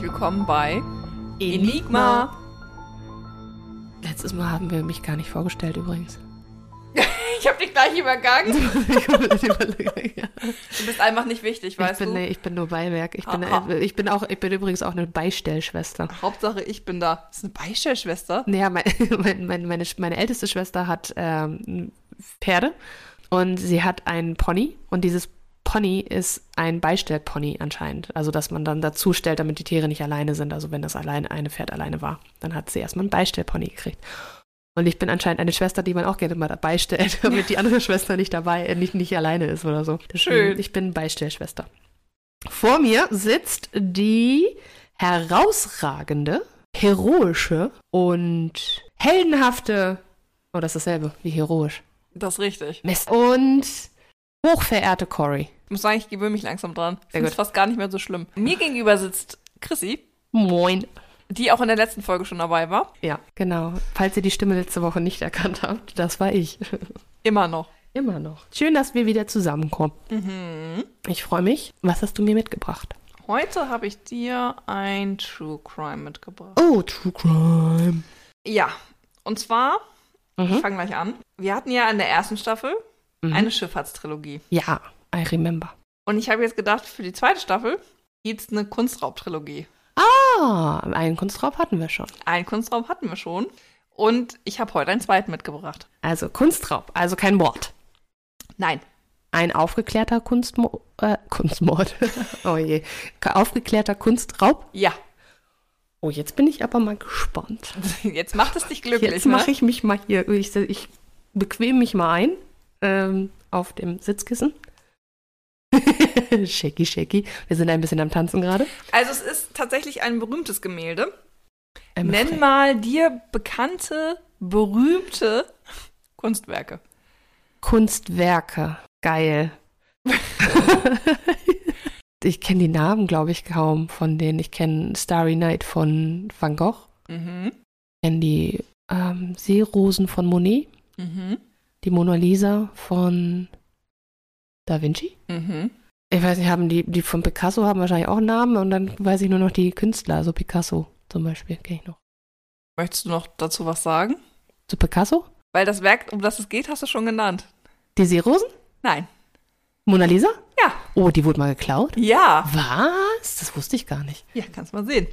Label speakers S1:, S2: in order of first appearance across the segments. S1: willkommen bei Enigma.
S2: Letztes Mal haben wir mich gar nicht vorgestellt übrigens.
S1: Ich habe dich gleich übergangen.
S2: ich,
S1: Du bist einfach nicht wichtig, weißt
S2: bin,
S1: du?
S2: ne,
S1: Ah,
S2: ich bin nur Beiwerk. Ich bin,
S1: Aha.
S2: äh, ich, bin auch, ich bin übrigens auch eine Beistellschwester.
S1: Hauptsache, ich bin da. Das ist eine Beistellschwester.
S2: Naja, mein, mein, mein, meine, Sch- meine älteste Schwester hat ähm, Pferde und sie hat einen Pony und dieses Pony ist ein Beistellpony anscheinend. Also, dass man dann dazu stellt, damit die Tiere nicht alleine sind. Also, wenn das alleine eine Pferd alleine war, dann hat sie erstmal ein Beistellpony gekriegt. Und ich bin anscheinend eine Schwester, die man auch gerne mal dabei stellt, damit die andere Schwester nicht dabei, äh, nicht, nicht alleine ist oder so. Deswegen,
S1: Schön.
S2: Ich bin Beistellschwester. Vor mir sitzt die herausragende, heroische und heldenhafte. Oh, das ist dasselbe wie heroisch.
S1: Das ist richtig.
S2: Mist. Und hochverehrte Cory.
S1: Ich muss sagen, ich gewöhne mich langsam dran. Ich
S2: Sehr
S1: finde
S2: gut.
S1: fast gar nicht mehr so schlimm. Mir gegenüber sitzt Chrissy,
S2: Moin.
S1: die auch in der letzten Folge schon dabei war.
S2: Ja, genau. Falls ihr die Stimme letzte Woche nicht erkannt habt, das war ich.
S1: Immer noch.
S2: Immer noch. Schön, dass wir wieder zusammenkommen. Ich freue mich. Was hast du mir mitgebracht?
S1: Mhm. Heute habe ich dir ein True Crime mitgebracht.
S2: Oh, True Crime.
S1: Ja, und zwar, ich
S2: Mhm.
S1: fange gleich an. Wir hatten ja in der ersten Staffel
S2: Mhm.
S1: eine Schifffahrtstrilogie.
S2: Ja, I remember.
S1: Und ich habe jetzt gedacht, für die zweite Staffel gibt's eine Kunstraubtrilogie.
S2: Ah, einen Kunstraub hatten wir schon.
S1: Einen Kunstraub hatten wir schon. Und ich habe heute einen zweiten mitgebracht.
S2: Also Kunstraub, also kein Mord.
S1: Nein,
S2: Ein aufgeklärter Kunstmo äh, Kunstmord. oh je. Ka- Aufgeklärter Kunstraub.
S1: ja.
S2: Oh, jetzt bin ich aber mal gespannt.
S1: Jetzt macht es dich glücklich.
S2: jetzt
S1: ne?
S2: mache ich mich mal hier. Ich, ich bequem mich mal ein ähm, auf dem Sitzkissen. shaky, shaky. Wir sind ein bisschen am Tanzen gerade.
S1: Also es ist tatsächlich ein berühmtes Gemälde.
S2: Ähm,
S1: Nenn mal dir bekannte, berühmte Kunstwerke.
S2: Kunstwerke. Geil. ich kenne die Namen, glaube ich, kaum von denen. Ich kenne Starry Night von Van Gogh,
S1: Mhm.
S2: kenne die ähm, Seerosen von Monet,
S1: Mhm.
S2: die Mona Lisa von Da Vinci.
S1: Mhm.
S2: Ich weiß nicht, haben die, die von Picasso haben wahrscheinlich auch Namen und dann weiß ich nur noch die Künstler, also Picasso zum Beispiel, kenne ich noch.
S1: Möchtest du noch dazu was sagen?
S2: Zu Picasso?
S1: Weil das Werk, um das es geht, hast du schon genannt.
S2: Die Seerosen?
S1: Nein.
S2: Mona Lisa?
S1: Ja.
S2: Oh, die wurde mal geklaut?
S1: Ja.
S2: Was? Das wusste ich gar nicht.
S1: Ja, kannst mal sehen.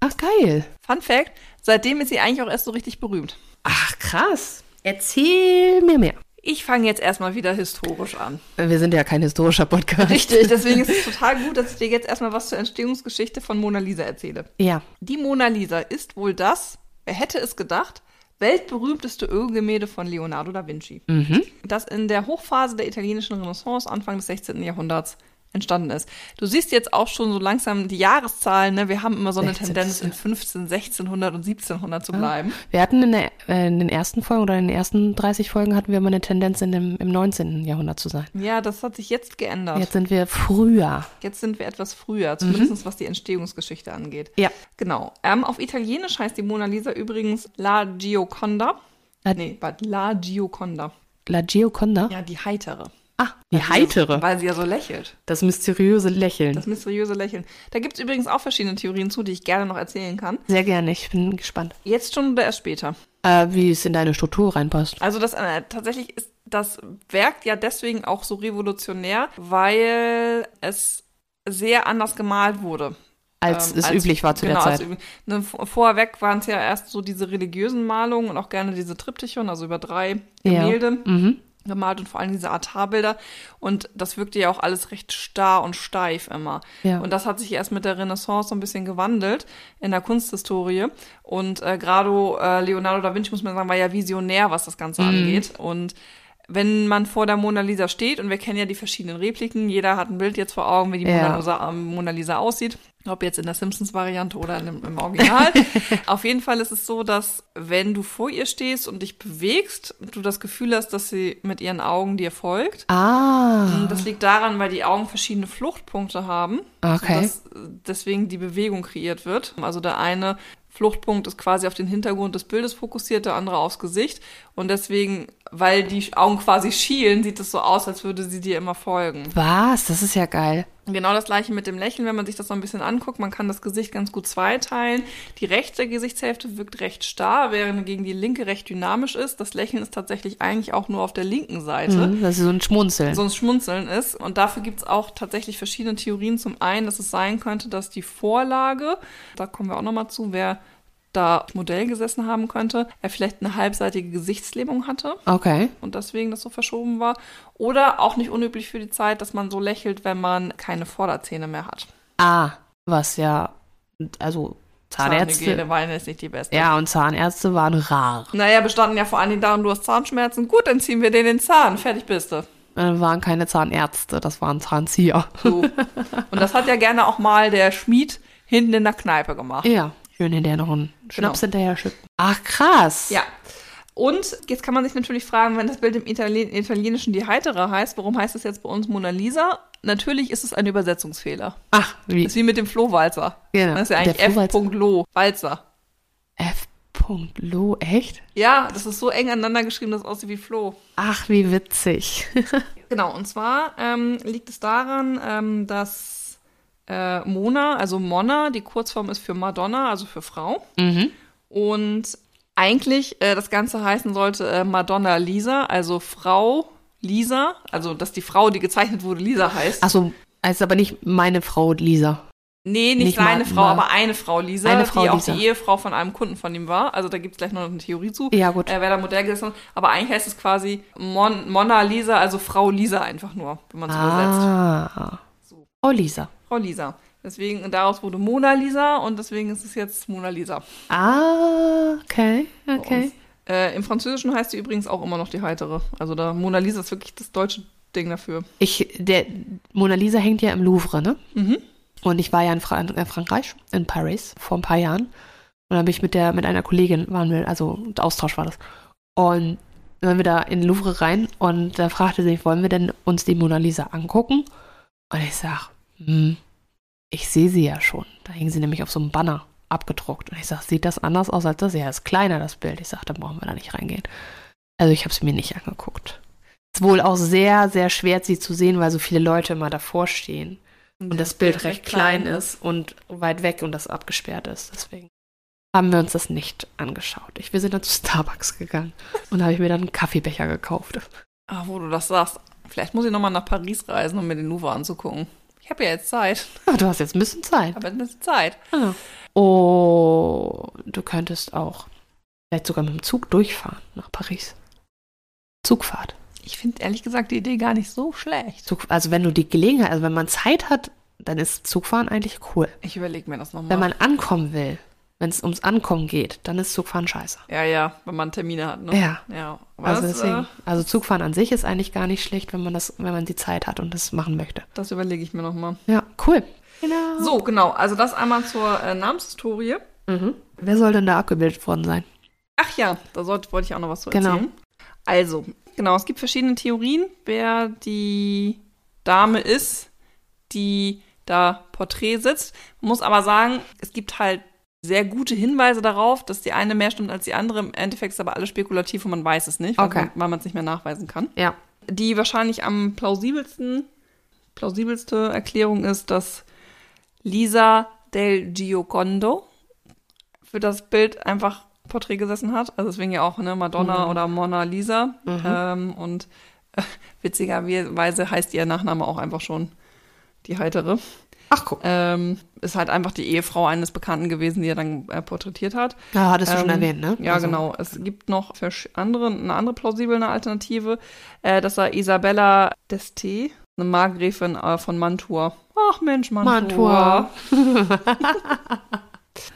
S2: Ach, geil.
S1: Fun Fact, seitdem ist sie eigentlich auch erst so richtig berühmt.
S2: Ach, krass. Erzähl mir mehr.
S1: Ich fange jetzt erstmal wieder historisch an.
S2: Wir sind ja kein historischer Podcast.
S1: Richtig, deswegen ist es total gut, dass ich dir jetzt erstmal was zur Entstehungsgeschichte von Mona Lisa erzähle.
S2: Ja.
S1: Die Mona Lisa ist wohl das, wer hätte es gedacht, weltberühmteste Ölgemälde von Leonardo da Vinci,
S2: Mhm.
S1: das in der Hochphase der italienischen Renaissance Anfang des 16. Jahrhunderts entstanden ist. Du siehst jetzt auch schon so langsam die Jahreszahlen, ne? wir haben immer so eine
S2: 16.
S1: Tendenz, in 15, 1600 und 1700
S2: Ah.
S1: zu bleiben.
S2: Wir hatten in, der, äh, in den ersten Folgen oder in den ersten 30 Folgen hatten wir immer eine Tendenz, in dem, im 19. Jahrhundert zu sein.
S1: Ja, das hat sich jetzt geändert.
S2: Jetzt Mhm. sind wir früher.
S1: Jetzt sind wir etwas früher, zumindest was die Entstehungsgeschichte angeht.
S2: Ja.
S1: Genau. Ähm, auf Italienisch heißt die Mona Lisa übrigens La Gioconda.
S2: La-
S1: nee, warte, La Gioconda.
S2: La Gioconda.
S1: Ja, die heitere.
S2: Ah, die heitere.
S1: Weil sie ja so lächelt.
S2: Das mysteriöse Lächeln.
S1: Das mysteriöse Lächeln. Da gibt es übrigens auch verschiedene Theorien zu, die ich gerne noch erzählen kann.
S2: Sehr gerne, ich bin gespannt.
S1: Jetzt schon oder erst später.
S2: Äh, wie es in deine Struktur reinpasst.
S1: Also das äh, tatsächlich ist das Werk ja deswegen auch so revolutionär, weil es sehr anders gemalt wurde.
S2: Als
S1: Ähm,
S2: es üblich war zu
S1: genau,
S2: der
S1: als
S2: Zeit.
S1: üblich. Ne, v- vorweg waren es ja erst so diese religiösen Malungen und auch gerne diese Triptychon, also über drei
S2: Ja.
S1: Gemälde
S2: Mhm.
S1: gemalt und vor allem diese Altarbilder. Und das wirkte ja auch alles recht starr und steif immer.
S2: Ja.
S1: Und das hat sich erst mit der Renaissance so ein bisschen gewandelt in der Kunsthistorie. Und äh, gerade äh, Leonardo da Vinci, muss man sagen, war ja visionär, was das Ganze
S2: Mhm.
S1: angeht. Und wenn man vor der Mona Lisa steht, und wir kennen ja die verschiedenen Repliken, jeder hat ein Bild jetzt vor Augen, wie die
S2: Ja.
S1: Mona, Lisa, ähm, Mona Lisa aussieht, ob jetzt in der Simpsons-Variante oder in, dem- im Original. Auf jeden Fall ist es so, dass wenn du vor ihr stehst und dich bewegst, du das Gefühl hast, dass sie mit ihren Augen dir folgt.
S2: Ah.
S1: Das liegt daran, weil die Augen verschiedene Fluchtpunkte haben.
S2: Okay.
S1: Dass äh, deswegen die Bewegung kreiert wird. Also der eine Fluchtpunkt ist quasi auf den Hintergrund des Bildes fokussiert, der andere aufs Gesicht. Und deswegen, weil die Augen quasi schielen, sieht es so aus, als würde sie dir immer folgen.
S2: Was? Das ist ja geil.
S1: Genau das gleiche mit dem Lächeln, wenn man sich das noch ein bisschen anguckt. Man kann das Gesicht ganz gut zweiteilen. Die rechte Gesichtshälfte wirkt recht starr, während gegen die linke recht dynamisch ist. Das Lächeln ist tatsächlich eigentlich auch nur auf der linken Seite.
S2: Mhm, das ist so ein Schmunzeln.
S1: So ein Schmunzeln ist. Und dafür gibt's auch tatsächlich verschiedene Theorien. Zum einen, dass es sein könnte, dass die Vorlage, da kommen wir auch nochmal zu, wer da Modell gesessen haben könnte, er vielleicht eine halbseitige Gesichtslähmung hatte
S2: Okay.
S1: und deswegen das so verschoben war. Oder auch nicht unüblich für die Zeit, dass man so lächelt, wenn man keine Vorderzähne mehr hat.
S2: Ah, was ja, also Zahnärzte.
S1: Zahnhygiene waren jetzt nicht die beste.
S2: Ja, und Zahnärzte waren rar.
S1: Naja, bestanden ja vor allen Dingen darin, du hast Zahnschmerzen. Gut, dann ziehen wir dir den Zahn. Fertig bist du.
S2: Äh, waren keine Zahnärzte, das waren Zahnzieher.
S1: So. Und das hat ja gerne auch mal der Schmied hinten in der Kneipe gemacht.
S2: Ja, schön hinterher noch einen Schnaps hinterher schütten. Ach, krass.
S1: Ja. Und jetzt kann man sich natürlich fragen, wenn das Bild im Italien Italienischen die heitere heißt, warum heißt es jetzt bei uns Mona Lisa? Natürlich ist es ein Übersetzungsfehler.
S2: Ach, wie?
S1: Ist wie mit dem Flohwalzer.
S2: Genau.
S1: Das ist ja eigentlich
S2: Der Flohwalzer.
S1: F.Lo, Walzer.
S2: F. Lo, echt?
S1: Ja, das ist so eng aneinander geschrieben, dass es aussieht wie Floh.
S2: Ach, wie witzig.
S1: Genau, und zwar ähm, liegt es daran, ähm, dass äh, Mona, also Monna, die Kurzform ist für Madonna, also für Frau.
S2: mhm.
S1: Und eigentlich äh, das Ganze heißen sollte äh, Madonna Lisa, also Frau Lisa, also dass die Frau, die gezeichnet wurde, Lisa heißt.
S2: Achso, es ist aber nicht meine Frau Lisa.
S1: nee, nicht,
S2: nicht
S1: seine
S2: Ma-
S1: Frau,
S2: Ma-
S1: aber eine Frau Lisa,
S2: Eine Frau
S1: die
S2: Lisa.
S1: auch die Ehefrau von einem Kunden von ihm war. Also da gibt es gleich noch eine Theorie zu.
S2: Ja, gut.
S1: Äh, wer da Modell gesessen hat. Aber eigentlich heißt es quasi Mon Mona Lisa, also Frau Lisa einfach nur, wenn man es übersetzt.
S2: ah. Oh, Lisa.
S1: Frau Lisa. Deswegen, und daraus wurde Mona Lisa und deswegen ist es jetzt Mona Lisa.
S2: Ah, okay,
S1: bei
S2: okay.
S1: uns. Äh, Im Französischen heißt sie übrigens auch immer noch die heitere. Also da Mona Lisa ist wirklich das deutsche Ding dafür.
S2: Ich, der Mona Lisa hängt ja im Louvre, ne?
S1: Mhm.
S2: Und ich war ja in, Fran äh, Frankreich, in Paris, vor ein paar Jahren. Und dann bin ich mit der, mit einer Kollegin, waren wir, also Austausch war das. Und dann waren wir da in Louvre rein und da fragte sie mich, wollen wir denn uns die Mona Lisa angucken? Und ich sag, hm, ich sehe sie ja schon. Da hing sie nämlich auf so einem Banner abgedruckt. Und ich sag, sieht das anders aus als das? Ja, ist kleiner, das Bild. Ich sag, da brauchen wir da nicht reingehen. Also ich habe es mir nicht angeguckt. Ist wohl auch sehr, sehr schwer, sie zu sehen, weil so viele Leute immer davor stehen und das Bild recht klein ist und weit weg und das abgesperrt ist. Deswegen haben wir uns das nicht angeschaut. Ich, wir sind dann zu Starbucks gegangen und da habe ich mir dann einen Kaffeebecher gekauft.
S1: Ah, wo du das sagst. Vielleicht muss ich nochmal nach Paris reisen, um mir den Louvre anzugucken. Ich habe ja jetzt Zeit.
S2: Ah, du hast jetzt ein bisschen Zeit.
S1: Ich habe jetzt ein bisschen Zeit.
S2: Ah. Oh, du könntest auch vielleicht sogar mit dem Zug durchfahren nach Paris. Zugfahrt.
S1: Ich finde ehrlich gesagt die Idee gar nicht so schlecht.
S2: Zug, also wenn du die Gelegenheit, also wenn man Zeit hat, dann ist Zugfahren eigentlich cool.
S1: Ich überlege mir das
S2: Wenn
S1: nochmal.
S2: man ankommen will, wenn es ums Ankommen geht, dann ist Zugfahren scheiße.
S1: Ja, ja, wenn man Termine hat. Ne?
S2: Ja.
S1: Ja. Aber
S2: Also,
S1: das, äh,
S2: deswegen, also Zugfahren an sich ist eigentlich gar nicht schlecht, wenn man das, wenn man die Zeit hat und das machen möchte.
S1: das überlege ich mir nochmal.
S2: Ja, cool. Genau.
S1: So, genau. Also das einmal zur äh, Namenshistorie.
S2: Mhm. Wer soll denn da abgebildet worden sein?
S1: Ach ja, da sollte, wollte ich auch noch was zu
S2: Genau.
S1: erzählen. Also, genau, es gibt verschiedene Theorien, wer die Dame ist, die da Porträt sitzt. Muss aber sagen, es gibt halt sehr gute Hinweise darauf, dass die eine mehr stimmt als die andere. Im Endeffekt ist aber alles spekulativ und man weiß es nicht, weil
S2: Okay.
S1: man- weil man es nicht mehr nachweisen kann.
S2: Ja.
S1: Die wahrscheinlich am plausibelsten, plausibelste Erklärung ist, dass Lisa del Giocondo für das Bild einfach Porträt gesessen hat. Also deswegen ja auch ne, Madonna oder Mona Lisa.
S2: Mhm. Hm?
S1: Ähm, und äh, witzigerweise heißt ihr Nachname auch einfach schon die heitere.
S2: Ach guck.
S1: Ähm, ist halt einfach die Ehefrau eines Bekannten gewesen, die er dann äh, porträtiert hat.
S2: Ja, hattest du schon
S1: Ähm,
S2: erwähnt, ne?
S1: Ja,
S2: Also,
S1: genau. Es gibt noch versch- andere, eine andere plausible Alternative, äh, dass er Isabella d'Este, eine Markgräfin äh, von Mantua. Ach Mensch, Mantua.
S2: Mantua.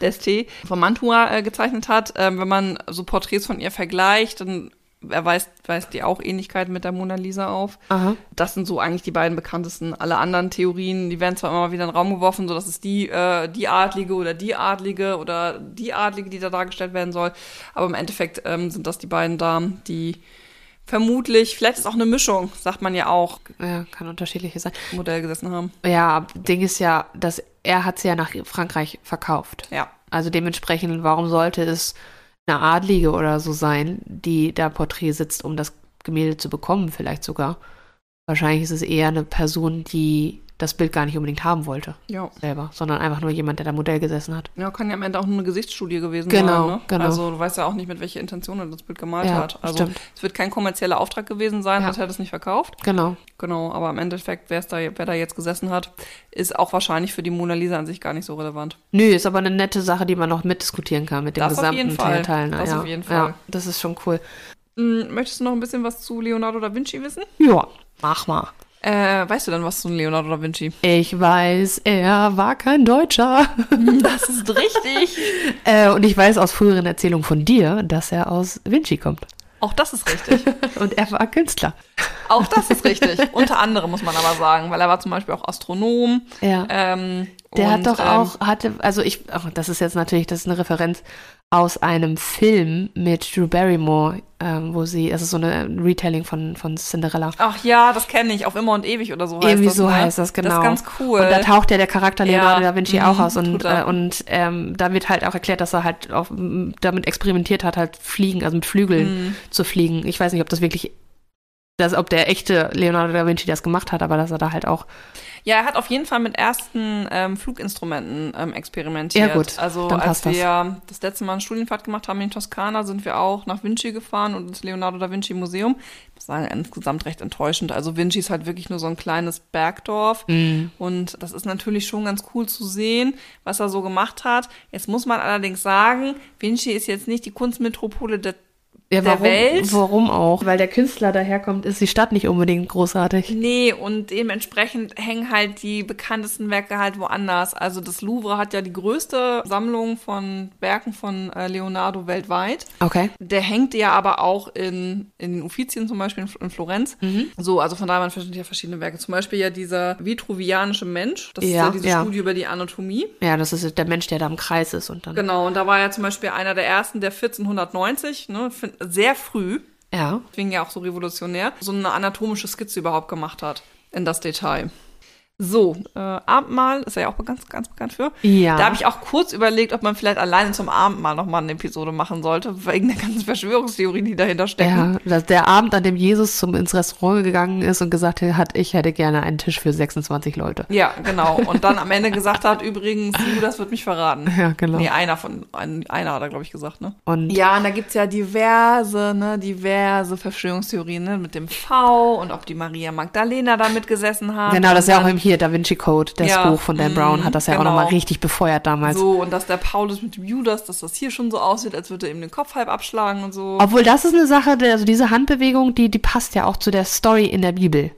S1: d'Este von Mantua äh, gezeichnet hat. Ähm, wenn man so Porträts von ihr vergleicht, dann erweist, weist die auch Ähnlichkeit mit der Mona Lisa auf.
S2: Aha.
S1: Das sind so eigentlich die beiden bekanntesten. Alle anderen Theorien, die werden zwar immer mal wieder in den Raum geworfen, so dass es die, äh, die Adlige oder die Adlige oder die Adlige, die da dargestellt werden soll. Aber im Endeffekt ähm, sind das die beiden Damen, die vermutlich, vielleicht ist auch eine Mischung, sagt man ja auch,
S2: Ja, kann unterschiedliches sein.
S1: im Modell gesessen haben.
S2: Ja, Ding ist ja, dass er hat sie ja nach Frankreich verkauft.
S1: Ja.
S2: Also dementsprechend, warum sollte es eine Adlige oder so sein, die da Porträt sitzt, um das Gemälde zu bekommen, vielleicht sogar? Wahrscheinlich ist es eher eine Person, die das Bild gar nicht unbedingt haben wollte
S1: Ja.
S2: selber, sondern einfach nur jemand, der da Modell gesessen hat.
S1: Ja, kann ja am Ende auch nur eine Gesichtsstudie gewesen
S2: Genau,
S1: sein. Ne?
S2: genau.
S1: Also du weißt ja auch nicht, mit welcher Intention er das Bild gemalt
S2: Ja,
S1: hat. Also
S2: stimmt.
S1: es wird kein kommerzieller Auftrag gewesen sein,
S2: Ja.
S1: sonst hätte er das nicht verkauft.
S2: Genau.
S1: Genau, aber im Endeffekt, wer, da, wer da jetzt gesessen hat, ist auch wahrscheinlich für die Mona Lisa an sich gar nicht so relevant.
S2: Nö, ist aber eine nette Sache, die man noch mitdiskutieren kann mit den
S1: Das auf
S2: gesamten
S1: jeden Fall.
S2: Teilen.
S1: Das
S2: ja.
S1: auf jeden Fall.
S2: Ja, das ist schon cool.
S1: Hm, möchtest du noch ein bisschen was zu Leonardo da Vinci wissen?
S2: Ja, mach mal.
S1: Äh, weißt du denn was zu Leonardo da Vinci?
S2: Ich weiß, er war kein Deutscher.
S1: Das ist richtig.
S2: Äh, und ich weiß aus früheren Erzählungen von dir, dass er aus Vinci kommt.
S1: auch das ist richtig.
S2: Und er war Künstler.
S1: Auch das ist richtig. Unter anderem muss man aber sagen, weil er war zum Beispiel auch Astronom.
S2: Ja.
S1: Ähm,
S2: Der
S1: und,
S2: hat doch
S1: ähm,
S2: auch, hatte, also ich, ach, das ist jetzt natürlich, das ist eine Referenz aus einem Film mit Drew Barrymore, ähm, wo sie, das ist so eine Retelling von, von Cinderella.
S1: Ach ja, das kenne ich. Auf immer und ewig oder so heißt
S2: Irgendwie
S1: das.
S2: so
S1: ne?
S2: heißt das, genau.
S1: Das ist ganz cool.
S2: Und da taucht ja der Charakter Leonardo
S1: Ja,
S2: da Vinci
S1: mhm,
S2: auch aus und,
S1: tut er.
S2: äh, und ähm, da wird halt auch erklärt, dass er halt auch m, damit experimentiert hat, halt fliegen, also mit Flügeln
S1: Mhm.
S2: zu fliegen. Ich weiß nicht, ob das wirklich, das, ob der echte Leonardo da Vinci das gemacht hat, aber dass er da halt auch,
S1: Ja, er hat auf jeden Fall mit ersten ähm, Fluginstrumenten ähm, experimentiert.
S2: Ja, gut.
S1: Also
S2: Dann
S1: als
S2: passt das.
S1: wir das. letzte Mal eine Studienfahrt gemacht haben in Toskana, sind wir auch nach Vinci gefahren und ins Leonardo da Vinci Museum. Ich muss sagen, insgesamt recht enttäuschend. Also Vinci ist halt wirklich nur so ein kleines Bergdorf. Und das ist natürlich schon ganz cool zu sehen, was er so gemacht hat. Jetzt muss man allerdings sagen, Vinci ist jetzt nicht die Kunstmetropole der
S2: ja,
S1: Der
S2: warum,
S1: Welt?
S2: warum auch? Weil der Künstler daherkommt, ist die Stadt nicht unbedingt großartig.
S1: Nee, und dementsprechend hängen halt die bekanntesten Werke halt woanders. Also das Louvre hat ja die größte Sammlung von Werken von äh, Leonardo weltweit.
S2: Okay.
S1: Der hängt ja aber auch in, in den Uffizien zum Beispiel in, Fl- in Florenz.
S2: Mhm.
S1: So, also von daher man findet ja verschiedene Werke. Zum Beispiel ja dieser vitruvianische Mensch. Das ist
S2: Ja,
S1: ja diese
S2: ja.
S1: Studie über die Anatomie.
S2: Ja, das ist der Mensch, der da im Kreis ist und dann.
S1: Genau, und da war ja zum Beispiel einer der ersten, der 1490, ne, fin- sehr früh,
S2: Ja.
S1: deswegen ja auch so revolutionär, so eine anatomische Skizze überhaupt gemacht hat in das Detail. So, äh, Abendmahl ist er ja auch ganz, ganz bekannt für.
S2: Ja.
S1: Da habe ich auch kurz überlegt, ob man vielleicht alleine zum Abendmahl nochmal eine Episode machen sollte, wegen der ganzen Verschwörungstheorien, die dahinter stecken.
S2: Ja, das, der Abend, an dem Jesus zum, ins Restaurant gegangen ist und gesagt hat, ich hätte gerne einen Tisch für 26 Leute.
S1: Ja, genau. Und dann am Ende gesagt hat, übrigens, Judas wird mich verraten.
S2: Ja, genau.
S1: Nee, einer von, ein, einer hat er, glaube ich, gesagt, ne?
S2: Und
S1: Ja, und da gibt's ja diverse, ne, diverse Verschwörungstheorien, ne, mit dem V und ob die Maria Magdalena da mitgesessen hat.
S2: genau, das ist ja
S1: Und
S2: auch im hier Da Vinci Code, das
S1: Ja,
S2: Buch von Dan Brown hat das ja auch
S1: genau.
S2: nochmal richtig befeuert damals.
S1: So, und dass der Paulus mit dem Judas, dass das hier schon so aussieht, als würde er ihm den Kopf halb abschlagen und so.
S2: Obwohl das ist eine Sache, der- also diese Handbewegung, die, die passt ja auch zu der Story in der Bibel.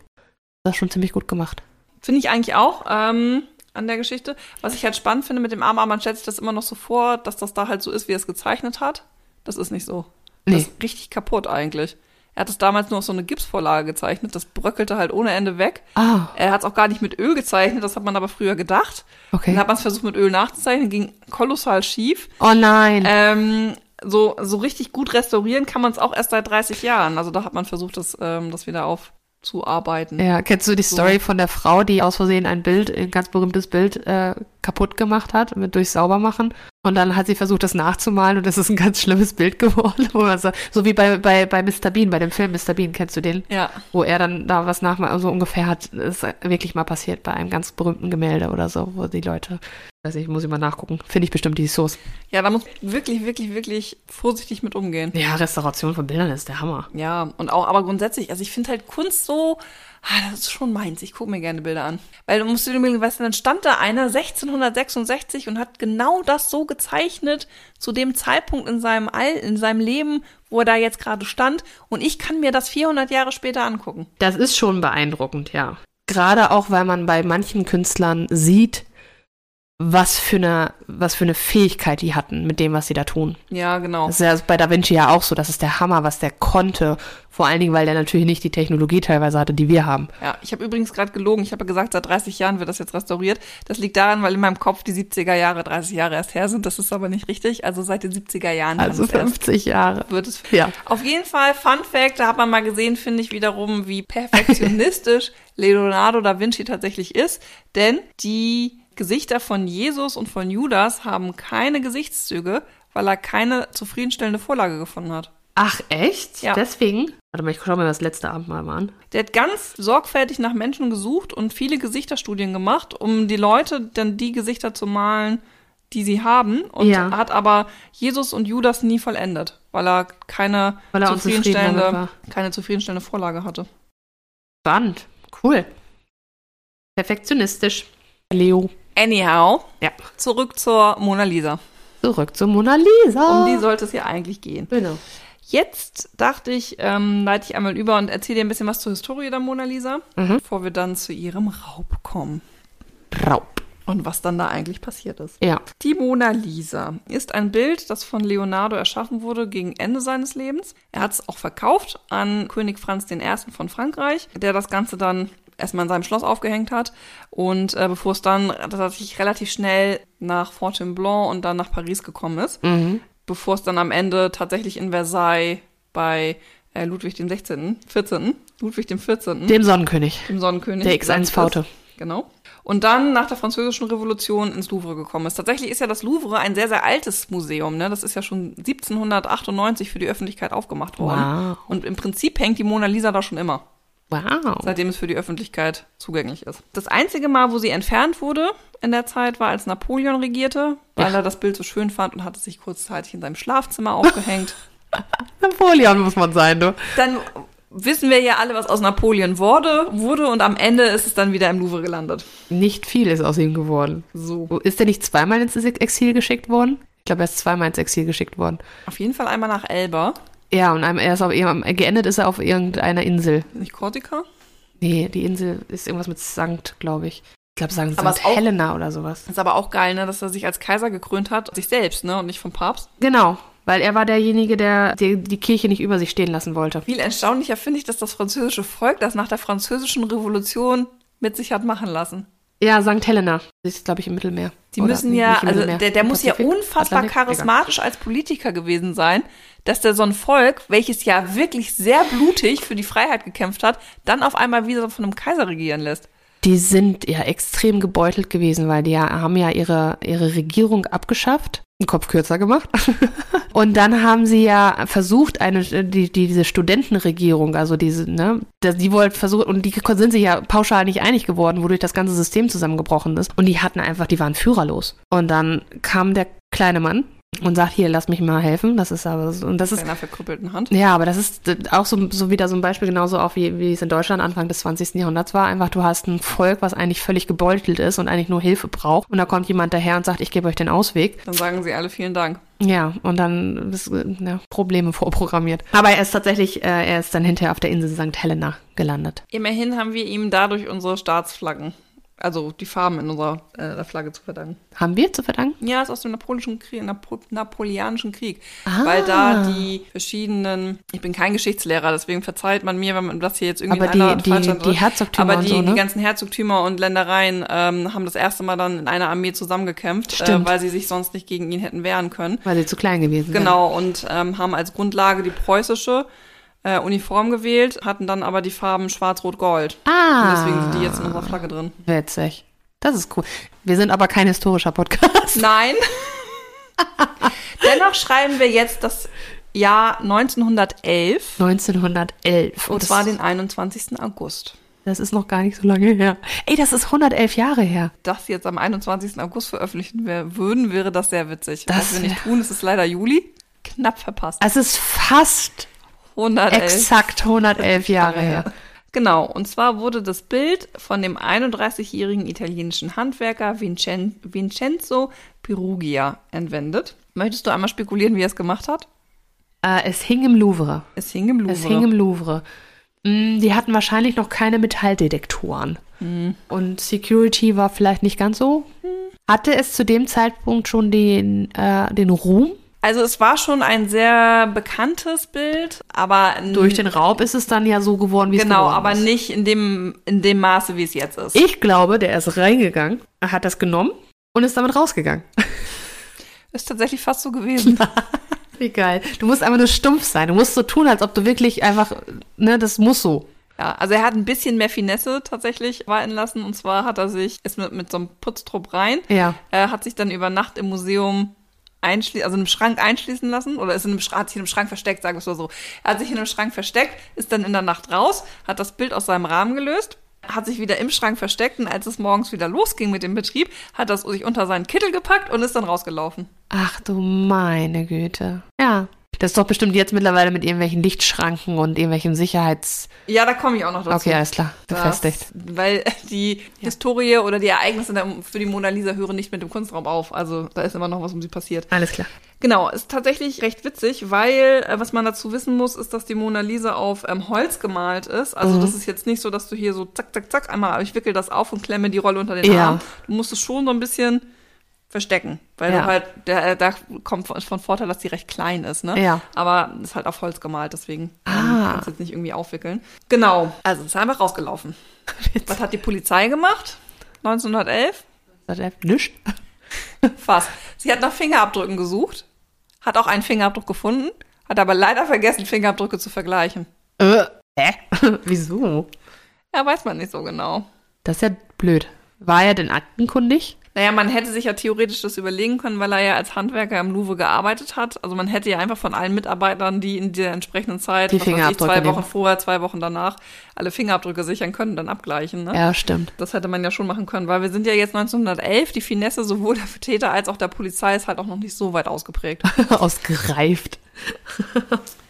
S2: Das ist schon ziemlich gut gemacht.
S1: Finde ich eigentlich auch ähm, an der Geschichte. Was ich halt spannend finde mit dem Arm, aber man stellt sich das immer noch so vor, dass das da halt so ist, wie er es gezeichnet hat. Das ist nicht so. Das
S2: Nee.
S1: ist richtig kaputt eigentlich. Er hat es damals nur auf so eine Gipsvorlage gezeichnet, das bröckelte halt ohne Ende weg.
S2: Ah,
S1: Er hat es auch gar nicht mit Öl gezeichnet, das hat man aber früher gedacht. Dann
S2: okay.
S1: hat man es versucht mit Öl nachzuzeichnen, ging kolossal schief.
S2: Oh nein.
S1: Ähm, so, so richtig gut restaurieren kann man es auch erst seit 30 Jahren. Also da hat man versucht, das, ähm, das wieder aufzuarbeiten.
S2: Ja, kennst du die Story von der Frau, die aus Versehen ein Bild, ein ganz berühmtes Bild, äh, kaputt gemacht hat, mit durch Saubermachen? Und dann hat sie versucht, das nachzumalen und es ist ein ganz schlimmes Bild geworden. Wo man so, so wie bei, bei, bei Mr. Bean, bei dem Film Mr. Bean, kennst du den?
S1: Ja.
S2: Wo er dann da was nachmalt, so ungefähr hat, ist wirklich mal passiert bei einem ganz berühmten Gemälde oder so, wo die Leute, weiß ich, muss ich mal nachgucken, finde ich bestimmt die Source.
S1: Ja, da muss man wirklich, wirklich, wirklich vorsichtig mit umgehen.
S2: Ja, Restauration von Bildern ist der Hammer.
S1: Ja, und auch, aber grundsätzlich, also ich finde halt Kunst so, ah, das ist schon meins. Ich gucke mir gerne Bilder an. Weil du musst dir überlegen, weißt du, dann stand da einer 1666 und hat genau das so gezeichnet zu dem Zeitpunkt in seinem All, in seinem Leben, wo er da jetzt gerade stand. Und ich kann mir das 400 Jahre später angucken.
S2: Das ist schon beeindruckend, ja. Gerade auch, weil man bei manchen Künstlern sieht, was für eine, was für eine Fähigkeit die hatten mit dem, was sie da tun.
S1: Ja, genau.
S2: Das ist ja bei Da Vinci ja auch so. Das ist der Hammer, was der konnte. Vor allen Dingen, weil der natürlich nicht die Technologie teilweise hatte, die wir haben.
S1: Ja, ich habe übrigens gerade gelogen. Ich habe ja gesagt, seit 30 Jahren wird das jetzt restauriert. Das liegt daran, weil in meinem Kopf die 70er Jahre 30 Jahre erst her sind. Das ist aber nicht richtig. Also seit den 70er Jahren kann
S2: Also
S1: es erst,
S2: 50 Jahre.
S1: wird es.
S2: Ja.
S1: Auf jeden Fall, Fun Fact, da hat man mal gesehen, finde ich wiederum, wie perfektionistisch Leonardo da Vinci tatsächlich ist. Denn die Gesichter von Jesus und von Judas haben keine Gesichtszüge, weil er keine zufriedenstellende Vorlage gefunden hat.
S2: Ach, echt?
S1: Ja.
S2: Deswegen? Warte mal, ich schau mir das letzte Abendmahl mal an.
S1: Der hat ganz sorgfältig nach Menschen gesucht und viele Gesichterstudien gemacht, um die Leute dann die Gesichter zu malen, die sie haben. Und
S2: Ja.
S1: hat aber Jesus und Judas nie vollendet, weil er keine,
S2: Weil er unzufrieden damit
S1: zufriedenstellende,
S2: war.
S1: keine zufriedenstellende Vorlage hatte.
S2: Spannend. Cool. Perfektionistisch. Leo.
S1: Anyhow,
S2: Ja.
S1: zurück zur Mona Lisa.
S2: Zurück zur Mona Lisa.
S1: Um die sollte es hier eigentlich gehen.
S2: Genau.
S1: Jetzt dachte ich, ähm, leite ich einmal über und erzähle dir ein bisschen was zur Historie der Mona Lisa,
S2: Mhm.
S1: bevor wir dann zu ihrem Raub kommen
S2: Raub.
S1: und was dann da eigentlich passiert ist.
S2: Ja.
S1: Die Mona Lisa ist ein Bild, das von Leonardo erschaffen wurde gegen Ende seines Lebens. Er hat es auch verkauft an König Franz I. von Frankreich, der das Ganze dann erstmal in seinem Schloss aufgehängt hat. Und äh, bevor es dann tatsächlich relativ schnell nach Fontainebleau und dann nach Paris gekommen ist,
S2: Mhm.
S1: bevor es dann am Ende tatsächlich in Versailles bei äh, Ludwig dem 16., 14., Ludwig dem 14.,
S2: Dem Sonnenkönig.
S1: dem Sonnenkönig.
S2: Der X1
S1: gesetzt ist.
S2: Faute.
S1: Genau. Und dann nach der Französischen Revolution ins Louvre gekommen ist. Tatsächlich ist ja das Louvre ein sehr, sehr altes Museum. Ne? Das ist ja schon 1798 für die Öffentlichkeit aufgemacht worden.
S2: Wow.
S1: Und im Prinzip hängt die Mona Lisa da schon immer,
S2: Wow.
S1: seitdem es für die Öffentlichkeit zugänglich ist. Das einzige Mal, wo sie entfernt wurde in der Zeit, war, als Napoleon regierte, weil er das Bild so schön fand und hatte sich kurzzeitig in seinem Schlafzimmer aufgehängt.
S2: Napoleon muss man sein, du.
S1: Dann wissen wir ja alle, was aus Napoleon wurde, wurde und am Ende ist es dann wieder im Louvre gelandet.
S2: Nicht viel ist aus ihm geworden.
S1: So.
S2: Ist er nicht zweimal ins Exil geschickt worden? Ich glaube, er ist zweimal ins Exil geschickt worden.
S1: Auf jeden Fall einmal nach Elba.
S2: Ja, und einem, er ist auf, irgendeinem- geendet ist er auf irgendeiner Insel.
S1: Nicht Cortica?
S2: Nee, die Insel ist irgendwas mit Sankt, glaube ich. Ich glaube, sagen
S1: Aber
S2: Sankt
S1: ist auch-
S2: Helena oder sowas.
S1: Ist aber auch geil, ne, dass er sich als Kaiser gekrönt hat, sich selbst, ne, und nicht vom Papst.
S2: Genau, weil er war derjenige, der die, die Kirche nicht über sich stehen lassen wollte.
S1: Viel erstaunlicher finde ich, dass das französische Volk das nach der französischen Revolution mit sich hat machen lassen.
S2: Ja, Sankt Helena. Das ist, glaube ich, im Mittelmeer.
S1: Die
S2: Oder
S1: müssen
S2: nicht
S1: ja,
S2: im
S1: also
S2: Mittelmeer,
S1: der, der
S2: im
S1: muss ja
S2: Pazifik,
S1: unfassbar
S2: Atlantik,
S1: charismatisch als Politiker gewesen sein, dass der so ein Volk, welches ja wirklich sehr blutig für die Freiheit gekämpft hat, dann auf einmal wieder von einem Kaiser regieren lässt.
S2: egal. Die sind ja extrem gebeutelt gewesen, weil die ja, haben ja ihre, ihre Regierung abgeschafft, einen Kopf kürzer gemacht. Und dann haben sie ja versucht, eine, die, die, diese Studentenregierung, also diese, ne, das- die wollten versuchen, und die sind sich ja pauschal nicht einig geworden, wodurch das ganze System zusammengebrochen ist. Und die hatten einfach, die waren führerlos. Und dann kam der kleine Mann und sagt, hier, lass mich mal helfen. Das ist aber, so- und das
S1: Mit
S2: ist
S1: einer verkrüppelten Hand.
S2: ja, aber das ist äh, auch so, so wieder so ein Beispiel, genauso auch wie, wie es in Deutschland Anfang des 20. Jahrhunderts war. Einfach, du hast ein Volk, was eigentlich völlig gebeutelt ist und eigentlich nur Hilfe braucht. Und da kommt jemand daher und sagt, ich gebe euch den Ausweg.
S1: Dann sagen sie alle vielen Dank.
S2: Ja, und dann ist, äh, ja, Probleme vorprogrammiert. Aber er ist tatsächlich, äh, er ist dann hinterher auf der Insel St. Helena gelandet.
S1: Immerhin haben wir ihm dadurch unsere Staatsflaggen, also die Farben in unserer äh, der Flagge zu verdanken.
S2: Haben wir zu verdanken?
S1: Ja, ist aus dem Napolischen Krieg, Napo Napoleonischen Krieg.
S2: Ah.
S1: Weil da die verschiedenen, ich bin kein Geschichtslehrer, deswegen verzeiht man mir, wenn man das hier jetzt irgendwie
S2: Aber
S1: in einer
S2: die, die,
S1: Falschheit
S2: die
S1: drin-
S2: Herzogtümer
S1: Aber die,
S2: und so,
S1: die
S2: ne?
S1: ganzen Herzogtümer und Ländereien ähm, haben das erste Mal dann in einer Armee zusammengekämpft, äh,
S2: Stimmt.
S1: weil sie sich sonst nicht gegen ihn hätten wehren können.
S2: Weil sie zu klein gewesen sind.
S1: Genau, und ähm, haben als Grundlage die preußische äh, Uniform gewählt, hatten dann aber die Farben Schwarz-Rot-Gold. Und
S2: Ah.
S1: deswegen sind die jetzt in unserer Flagge drin.
S2: Witzig. Das ist cool. Wir sind aber kein historischer Podcast.
S1: Nein. Dennoch schreiben wir jetzt das Jahr 1911.
S2: 1911.
S1: Und zwar den 21. August.
S2: Das ist noch gar nicht so lange her. Ey, das ist 111 Jahre her.
S1: Das jetzt am 21. August veröffentlichen wir- würden, wäre das sehr witzig.
S2: Das
S1: Was wir nicht
S2: wär-
S1: tun, es ist leider Juli. Knapp verpasst.
S2: Es ist fast
S1: 111.
S2: exakt 111 Jahre her.
S1: Genau, und zwar wurde das Bild von dem 31-jährigen italienischen Handwerker Vincen Vincenzo Perugia entwendet. Möchtest du einmal spekulieren, wie er es gemacht hat?
S2: Äh, es hing im Louvre.
S1: Es hing im Louvre.
S2: Es hing im Louvre. Mm, Die hatten wahrscheinlich noch keine Metalldetektoren.
S1: Mm.
S2: Und Security war vielleicht nicht ganz so. Hatte es zu dem Zeitpunkt schon den, äh, den Ruhm?
S1: Also es war schon ein sehr bekanntes Bild, aber n-
S2: Durch den Raub ist es dann ja so geworden, wie
S1: Mm. genau,
S2: es geworden
S1: aber
S2: ist.
S1: nicht in dem in dem Maße, wie es jetzt ist.
S2: Ich glaube, der ist reingegangen, hat das genommen und ist damit rausgegangen.
S1: Ist tatsächlich fast so gewesen.
S2: Wie geil. Du musst einfach nur stumpf sein. Du musst so tun, als ob du wirklich einfach, ne, das muss so.
S1: ja, also er hat ein bisschen mehr Finesse tatsächlich walten lassen und zwar hat er sich ist mit mit so einem Putztrupp rein,
S2: Ja.
S1: äh, hat sich dann über Nacht im Museum einschließen, also in einem Schrank einschließen lassen oder ist in einem, Schra- hat sich in einem Schrank versteckt, sagen wir es mal so. Er hat sich in einem Schrank versteckt, ist dann in der Nacht raus, hat das Bild aus seinem Rahmen gelöst, hat sich wieder im Schrank versteckt und als es morgens wieder losging mit dem Betrieb, hat das sich unter seinen Kittel gepackt und ist dann rausgelaufen.
S2: Ach du meine Güte. Ja. Das ist doch bestimmt jetzt mittlerweile mit irgendwelchen Lichtschranken und irgendwelchen Sicherheits.
S1: Ja, da komme ich auch noch dazu.
S2: Okay, alles klar.
S1: Das-
S2: Befestigt.
S1: Weil die Historie oder die Ereignisse der- für die Mona Lisa hören nicht mit dem Kunstraum auf. Also da ist immer noch was um sie passiert.
S2: Alles klar.
S1: Genau, ist tatsächlich recht witzig, weil äh, was man dazu wissen muss, ist, dass die Mona Lisa auf ähm, Holz gemalt ist.
S2: Mhm.
S1: Also das ist jetzt nicht so, dass du hier so zack, zack, zack, einmal, ich wickel das auf und klemme die Rolle unter den
S2: Ja.
S1: Arm. Du musst es schon so ein bisschen verstecken, weil
S2: Ja.
S1: du halt, der, äh, da kommt von- von Vorteil, dass die recht klein ist, ne?
S2: Ja.
S1: Aber ist halt auf Holz gemalt, deswegen ähm,
S2: Ah.
S1: kannst du jetzt nicht irgendwie aufwickeln. Genau, also ist einfach rausgelaufen. Was hat die Polizei gemacht? 1911?
S2: Sagt er, Nisch?
S1: Fast. Sie hat nach Fingerabdrücken gesucht, hat auch einen Fingerabdruck gefunden, hat aber leider vergessen, Fingerabdrücke zu vergleichen.
S2: Äh, hä? Wieso?
S1: Ja, weiß man nicht so genau.
S2: Das ist ja blöd. War er denn aktenkundig?
S1: Naja, man hätte sich ja theoretisch das überlegen können, weil er ja als Handwerker im Louvre gearbeitet hat. Also man hätte ja einfach von allen Mitarbeitern, die in der entsprechenden Zeit,
S2: Die
S1: was weiß ich,
S2: Fingerabdrücke
S1: zwei
S2: nehmen.
S1: Wochen vorher, zwei Wochen danach, alle Fingerabdrücke sichern können, dann abgleichen. Ne?
S2: Ja, stimmt.
S1: Das hätte man ja schon machen können, weil wir sind ja jetzt 1911. Die Finesse sowohl der Täter als auch der Polizei ist halt auch noch nicht so weit ausgeprägt.
S2: Ausgereift.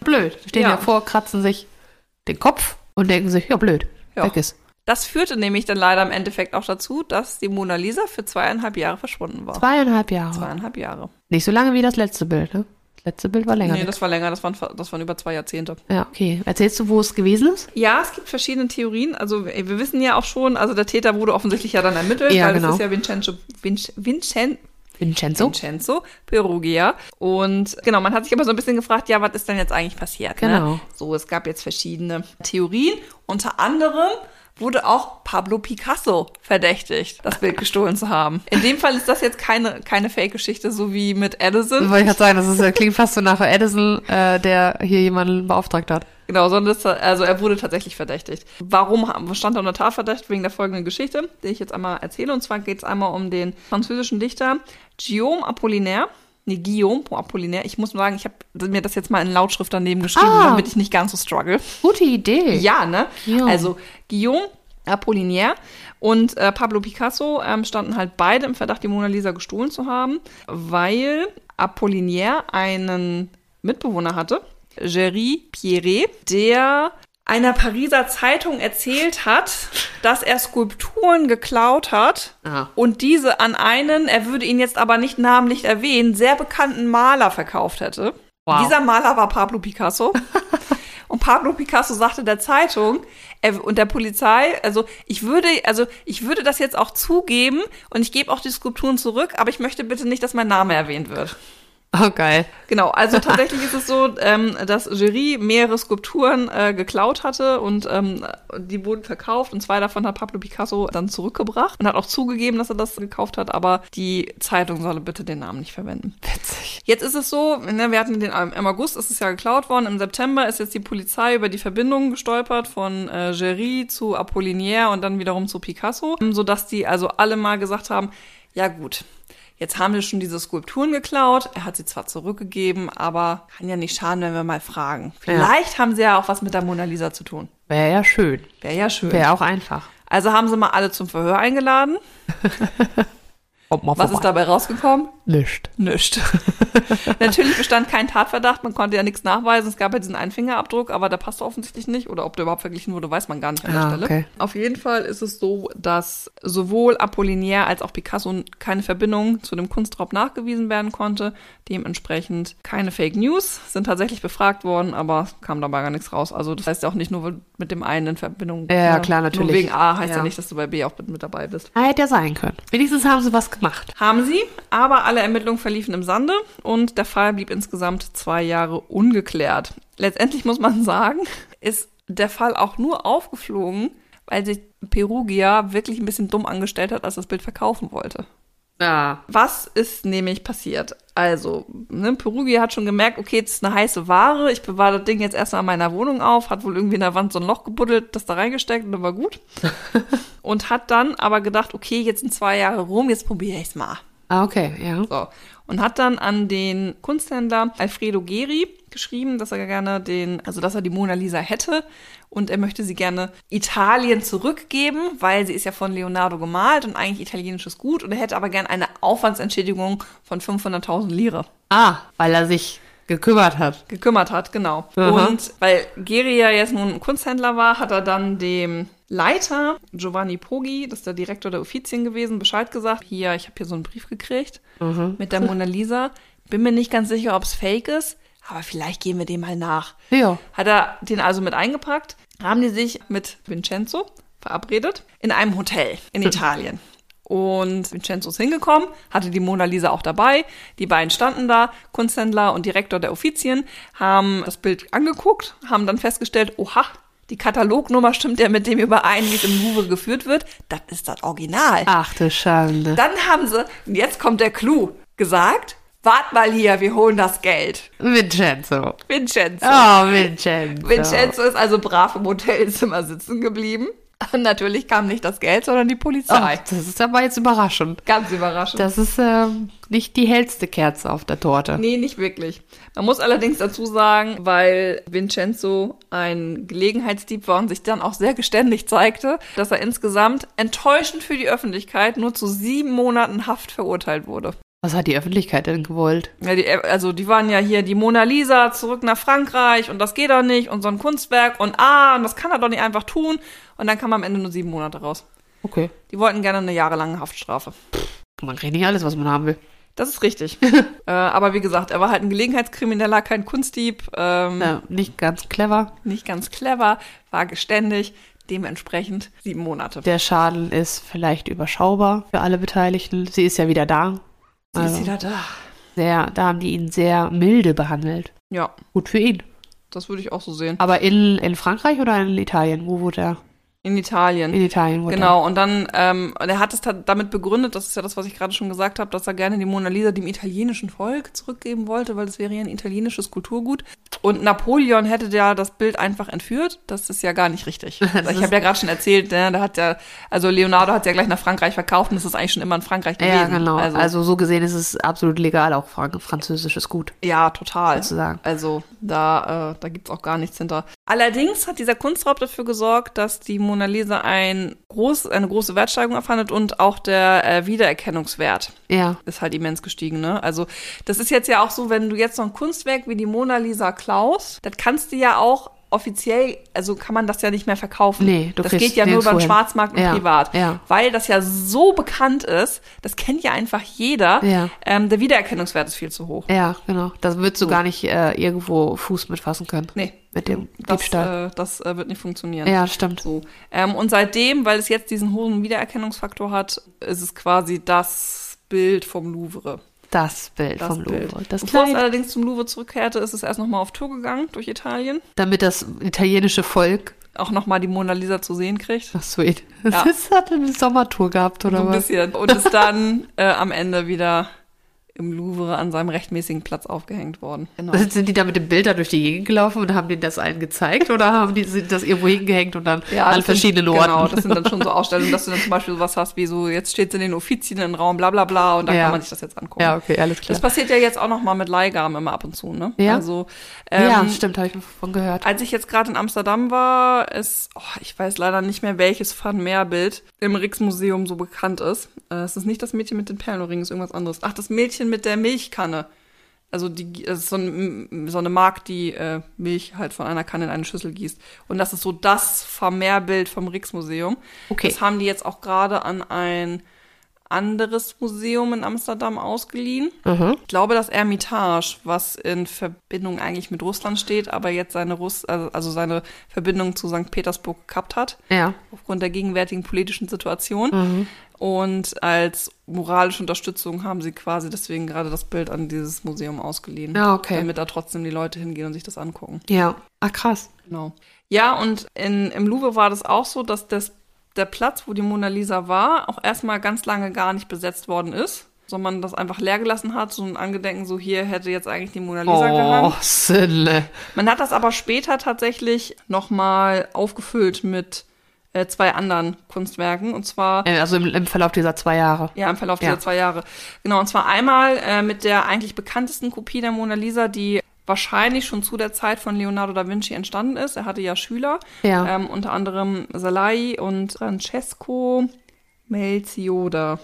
S2: blöd. Die Stehen
S1: Ja.
S2: ja. vor, kratzen sich den Kopf und denken sich, ja, blöd.
S1: Ja.
S2: Weg ist.
S1: Das führte nämlich dann leider im Endeffekt auch dazu, dass die Mona Lisa für zweieinhalb Jahre verschwunden war.
S2: Zweieinhalb Jahre.
S1: Zweieinhalb Jahre.
S2: Nicht so lange wie das letzte Bild, ne? Das letzte Bild war länger.
S1: Nee, das war länger, das waren, das waren über zwei Jahrzehnte.
S2: ja, okay. Erzählst du, wo es gewesen ist?
S1: Ja, es gibt verschiedene Theorien. Also ey, wir wissen ja auch schon, also der Täter wurde offensichtlich ja dann ermittelt,
S2: Ja,
S1: weil
S2: genau.
S1: das ist ja Vincenzo, Vinc, Vincen,
S2: Vincenzo.
S1: Vincenzo Perugia. Und genau, man hat sich aber so ein bisschen gefragt, ja, was ist denn jetzt eigentlich passiert?
S2: Genau.
S1: Ne? So, es gab jetzt verschiedene Theorien. Unter anderem wurde auch Pablo Picasso verdächtigt, das Bild gestohlen zu haben. In dem Fall ist das jetzt keine, keine Fake-Geschichte, so wie mit Edison.
S2: Wollte ich gerade sagen, das ist, äh, klingt fast so nach Edison, äh, der hier jemanden beauftragt hat.
S1: Genau, sondern das, also er wurde tatsächlich verdächtigt. Warum ha- stand er unter Tatverdacht? Wegen der folgenden Geschichte, die ich jetzt einmal erzähle. Und zwar geht es einmal um den französischen Dichter Guillaume Apollinaire. Nee, Guillaume Apollinaire. Ich muss sagen, ich habe mir das jetzt mal in Lautschrift daneben geschrieben,
S2: Ah.
S1: damit ich nicht ganz so struggle.
S2: Gute Idee.
S1: Ja, ne?
S2: Guillaume.
S1: Also Guillaume Apollinaire und äh, Pablo Picasso ähm, standen halt beide im Verdacht, die Mona Lisa gestohlen zu haben, weil Apollinaire einen Mitbewohner hatte, Jerry Pierret, der einer Pariser Zeitung erzählt hat, dass er Skulpturen geklaut hat
S2: Ah.
S1: und diese an einen, er würde ihn jetzt aber nicht namentlich erwähnen, sehr bekannten Maler verkauft hätte.
S2: Wow.
S1: Dieser Maler war Pablo Picasso. Und Pablo Picasso sagte der Zeitung er, und der Polizei, also ich würde, also ich würde das jetzt auch zugeben und ich gebe auch die Skulpturen zurück, aber ich möchte bitte nicht, dass mein Name erwähnt wird.
S2: Oh, geil.
S1: Genau, also tatsächlich ist es so, ähm, dass Jury mehrere Skulpturen äh, geklaut hatte und ähm, die wurden verkauft und zwei davon hat Pablo Picasso dann zurückgebracht und hat auch zugegeben, dass er das gekauft hat, aber die Zeitung solle bitte den Namen nicht verwenden.
S2: Witzig.
S1: Jetzt ist es so, ne, wir hatten den im August ist es ja geklaut worden, im September ist jetzt die Polizei über die Verbindung gestolpert von äh, Géry zu Apollinaire und dann wiederum zu Picasso, ähm, sodass die also alle mal gesagt haben, ja gut, jetzt haben wir schon diese Skulpturen geklaut, er hat sie zwar zurückgegeben, aber kann ja nicht schaden, wenn wir mal fragen. Vielleicht haben sie ja auch was mit der Mona Lisa zu tun.
S2: Wäre ja schön.
S1: Wäre ja schön.
S2: Wäre auch einfach.
S1: Also haben sie mal alle zum Verhör eingeladen.
S2: Kommt mal
S1: Was ist dabei rausgekommen?
S2: Nicht.
S1: Nischt. Natürlich bestand kein Tatverdacht, man konnte ja nichts nachweisen. Es gab ja diesen einen Fingerabdruck, aber der passte offensichtlich nicht. Oder ob der überhaupt verglichen wurde, weiß man gar nicht an der
S2: Ah,
S1: Stelle.
S2: okay.
S1: Auf jeden Fall ist es so, dass sowohl Apollinaire als auch Picasso keine Verbindung zu dem Kunstraub nachgewiesen werden konnte. Dementsprechend keine Fake News, sind tatsächlich befragt worden, aber es kam dabei gar nichts raus. Also das heißt ja auch nicht nur mit dem einen in Verbindung.
S2: Ja,
S1: ne?
S2: klar, natürlich.
S1: Nur wegen A heißt ja.
S2: Ja.
S1: nicht, dass du bei B auch mit, mit dabei bist.
S2: Ah, Hätte ja sein können. Wenigstens haben sie was gemacht.
S1: Haben sie, aber alle Ermittlungen verliefen im Sande und der Fall blieb insgesamt zwei Jahre ungeklärt. Letztendlich muss man sagen, ist der Fall auch nur aufgeflogen, weil sich Perugia wirklich ein bisschen dumm angestellt hat, als das Bild verkaufen wollte.
S2: Ja.
S1: Was ist nämlich passiert? Also, ne, Perugia hat schon gemerkt, okay, das ist eine heiße Ware. Ich bewahre das Ding jetzt erstmal in meiner Wohnung auf, hat wohl irgendwie in der Wand so ein Loch gebuddelt, das da reingesteckt und dann war gut. und hat dann aber gedacht, okay, jetzt sind zwei Jahre rum, jetzt probiere ich es mal.
S2: Ah, okay, ja.
S1: So. und hat dann an den Kunsthändler Alfredo Geri geschrieben, dass er gerne den, also dass er die Mona Lisa hätte und er möchte sie gerne Italien zurückgeben, weil sie ist ja von Leonardo gemalt und eigentlich italienisches Gut und er hätte aber gerne eine Aufwandsentschädigung von 500.000 Lire
S2: Ah, weil er sich gekümmert hat.
S1: gekümmert hat, genau.
S2: Aha.
S1: Und weil Geri ja jetzt nun ein Kunsthändler war, hat er dann dem Leiter Giovanni Poggi, das ist der Direktor der Uffizien gewesen, Bescheid gesagt. Hier, ich habe hier so einen Brief gekriegt mit der Mona Lisa. Bin mir nicht ganz sicher, ob es fake ist, aber vielleicht gehen wir dem mal nach.
S2: Ja.
S1: Hat er den also mit eingepackt, haben die sich mit Vincenzo verabredet in einem Hotel in Italien. Und Vincenzo ist hingekommen, hatte die Mona Lisa auch dabei. Die beiden standen da, Kunsthändler und Direktor der Uffizien, haben das Bild angeguckt, haben dann festgestellt, oha, die Katalognummer stimmt ja mit dem überein, wie es im Louvre geführt wird. Das ist das Original.
S2: Ach du Schande.
S1: Dann haben sie, und jetzt kommt der Clou, gesagt, wart mal hier, wir holen das Geld.
S2: Vincenzo.
S1: Vincenzo.
S2: Oh, Vincenzo.
S1: Vincenzo ist also brav im Hotelzimmer sitzen geblieben. Und natürlich kam nicht das Geld, sondern die
S2: Oh,
S1: Polizei.
S2: das ist aber jetzt überraschend.
S1: Ganz überraschend.
S2: Das ist ähm, nicht die hellste Kerze auf der Torte.
S1: nee, nicht wirklich. Man muss allerdings dazu sagen, weil Vincenzo ein Gelegenheitsdieb war und sich dann auch sehr geständig zeigte, dass er insgesamt enttäuschend für die Öffentlichkeit nur zu sieben Monaten Haft verurteilt wurde.
S2: Was hat die Öffentlichkeit denn gewollt?
S1: Ja, die, also die waren ja hier die Mona Lisa zurück nach Frankreich und das geht doch nicht und so ein Kunstwerk und ah, und das kann er doch nicht einfach tun. Und dann kam am Ende nur sieben Monate raus.
S2: Okay.
S1: Die wollten gerne eine jahrelange Haftstrafe.
S2: Man kriegt nicht alles, was man haben will.
S1: Das ist richtig. äh, aber wie gesagt, er war halt ein Gelegenheitskrimineller, kein Kunstdieb, ähm,
S2: Ja, Äh, nicht ganz clever.
S1: nicht ganz clever, war geständig, dementsprechend sieben Monate.
S2: Der Schaden ist vielleicht überschaubar für alle Beteiligten. Sie ist ja wieder da.
S1: Sie
S2: also-
S1: ist wieder da.
S2: Sehr, da haben die ihn sehr milde behandelt.
S1: Ja,
S2: Gut für ihn.
S1: das würde ich auch so sehen.
S2: Aber in, in Frankreich oder in Italien? Wo wurde er?
S1: In Italien.
S2: In Italien wurde er.
S1: Genau, und dann, ähm, und er hat es ta- damit begründet, das ist ja das, was ich gerade schon gesagt habe, dass er gerne die Mona Lisa dem italienischen Volk zurückgeben wollte, weil es wäre ja ein italienisches Kulturgut. Und Napoleon hätte ja das Bild einfach entführt. Das ist ja gar nicht richtig. Also ich
S2: ist-
S1: habe ja gerade schon erzählt, ne, da hat ja, also Leonardo hat ja gleich nach Frankreich verkauft und es ist eigentlich schon immer in Frankreich gewesen.
S2: Ja, genau. Also,
S1: Also,
S2: so gesehen ist es absolut legal, auch Frank französisches Gut
S1: ja, total.
S2: zu sagen.
S1: Also da, äh, da gibt's auch gar nichts hinter. Allerdings hat dieser Kunstraub dafür gesorgt, dass die Mona Lisa ein groß, eine große Wertsteigerung erfandet und auch der äh, Wiedererkennungswert
S2: Ja.
S1: ist halt immens gestiegen. Ne? Also das ist jetzt ja auch so, wenn du jetzt noch ein Kunstwerk wie die Mona Lisa klaust, das kannst du ja auch offiziell, also kann man das ja nicht mehr verkaufen.
S2: Nee, du
S1: das
S2: kriegst
S1: geht ja nur
S2: nirgendwo
S1: über den
S2: hin.
S1: Schwarzmarkt und
S2: Ja,
S1: privat.
S2: ja.
S1: Weil das ja so bekannt ist, das kennt ja einfach jeder,
S2: Ja.
S1: ähm, der Wiedererkennungswert ist viel zu hoch.
S2: Ja, genau. Da würdest du gar nicht äh, irgendwo Fuß mit fassen können.
S1: Nee,
S2: Mit dem
S1: das,
S2: Diebstahl.
S1: äh, das äh, wird nicht funktionieren.
S2: ja, stimmt.
S1: So. Ähm, und seitdem, weil es jetzt diesen hohen Wiedererkennungsfaktor hat, ist es quasi das Bild vom Louvre.
S2: Das Bild
S1: Das
S2: vom
S1: Bild.
S2: Louvre. Das
S1: Bevor es
S2: Kleid.
S1: allerdings zum Louvre zurückkehrte, ist es erst nochmal auf Tour gegangen durch Italien.
S2: Damit das italienische Volk,
S1: Auch nochmal die Mona Lisa zu sehen kriegt.
S2: ach so, das
S1: Ja.
S2: hat eine Sommertour gehabt,
S1: So
S2: oder
S1: ein
S2: was?
S1: bisschen. Und ist dann äh, am Ende wieder im Louvre an seinem rechtmäßigen Platz aufgehängt worden. Genau.
S2: Sind die da mit dem Bild da durch die Gegend gelaufen und haben denen das allen gezeigt oder haben die sind das irgendwo hingehängt und dann an
S1: das sind-
S2: verschiedenen Orten?
S1: Genau, das sind dann schon so Ausstellungen, dass du dann zum Beispiel sowas hast wie so, jetzt steht es in den Offizien-Raum, bla bla bla, und da
S2: Ja.
S1: kann man sich das jetzt angucken.
S2: ja, okay, alles klar.
S1: Das passiert ja jetzt auch noch mal mit Leihgaben immer ab und zu, ne?
S2: Ja.
S1: Also, ähm,
S2: ja, stimmt, habe ich von gehört.
S1: Als ich jetzt gerade in Amsterdam war, ist, oh, ich weiß leider nicht mehr, welches Van Meer-Bild im Rix-Museum so bekannt ist. Äh, es ist nicht das Mädchen mit den Perlenringen, es ist irgendwas anderes. Ach, das Mädchen mit der Milchkanne. Also die, das ist so, ein, mm, so eine Magd, die äh, Milch halt von einer Kanne in eine Schüssel gießt. Und das ist so das Van Meer-Bild vom Rix-Museum.
S2: Okay.
S1: Das haben die jetzt auch gerade an ein anderes Museum in Amsterdam ausgeliehen.
S2: Mhm.
S1: Ich glaube, das Ermitage, was in Verbindung eigentlich mit Russland steht, aber jetzt seine Russ also also seine Verbindung zu St. Petersburg gekappt hat,
S2: Ja.
S1: aufgrund der gegenwärtigen politischen Situation.
S2: Mhm.
S1: Und als moralische Unterstützung haben sie quasi deswegen gerade das Bild an dieses Museum ausgeliehen.
S2: Ja, Ah, okay.
S1: Damit da trotzdem die Leute hingehen und sich das angucken.
S2: Ja. Ah, krass.
S1: Genau. Ja, und in, im Louvre war das auch so, dass das, der Platz, wo die Mona Lisa war, auch erstmal ganz lange gar nicht besetzt worden ist, sondern das einfach leer gelassen hat, so ein Angedenken, so hier hätte jetzt eigentlich die Mona Lisa
S2: Oh,
S1: gehangen.
S2: Sille.
S1: Man hat das aber später tatsächlich nochmal aufgefüllt mit äh, zwei anderen Kunstwerken. Und zwar
S2: Äh, Also im, im Verlauf dieser zwei Jahre.
S1: ja, im Verlauf
S2: Ja.
S1: dieser zwei Jahre. Genau, und zwar einmal äh, mit der eigentlich bekanntesten Kopie der Mona Lisa, die wahrscheinlich schon zu der Zeit von Leonardo da Vinci entstanden ist. Er hatte ja Schüler,
S2: Ja.
S1: ähm, unter anderem Salai und Francesco Melchiora,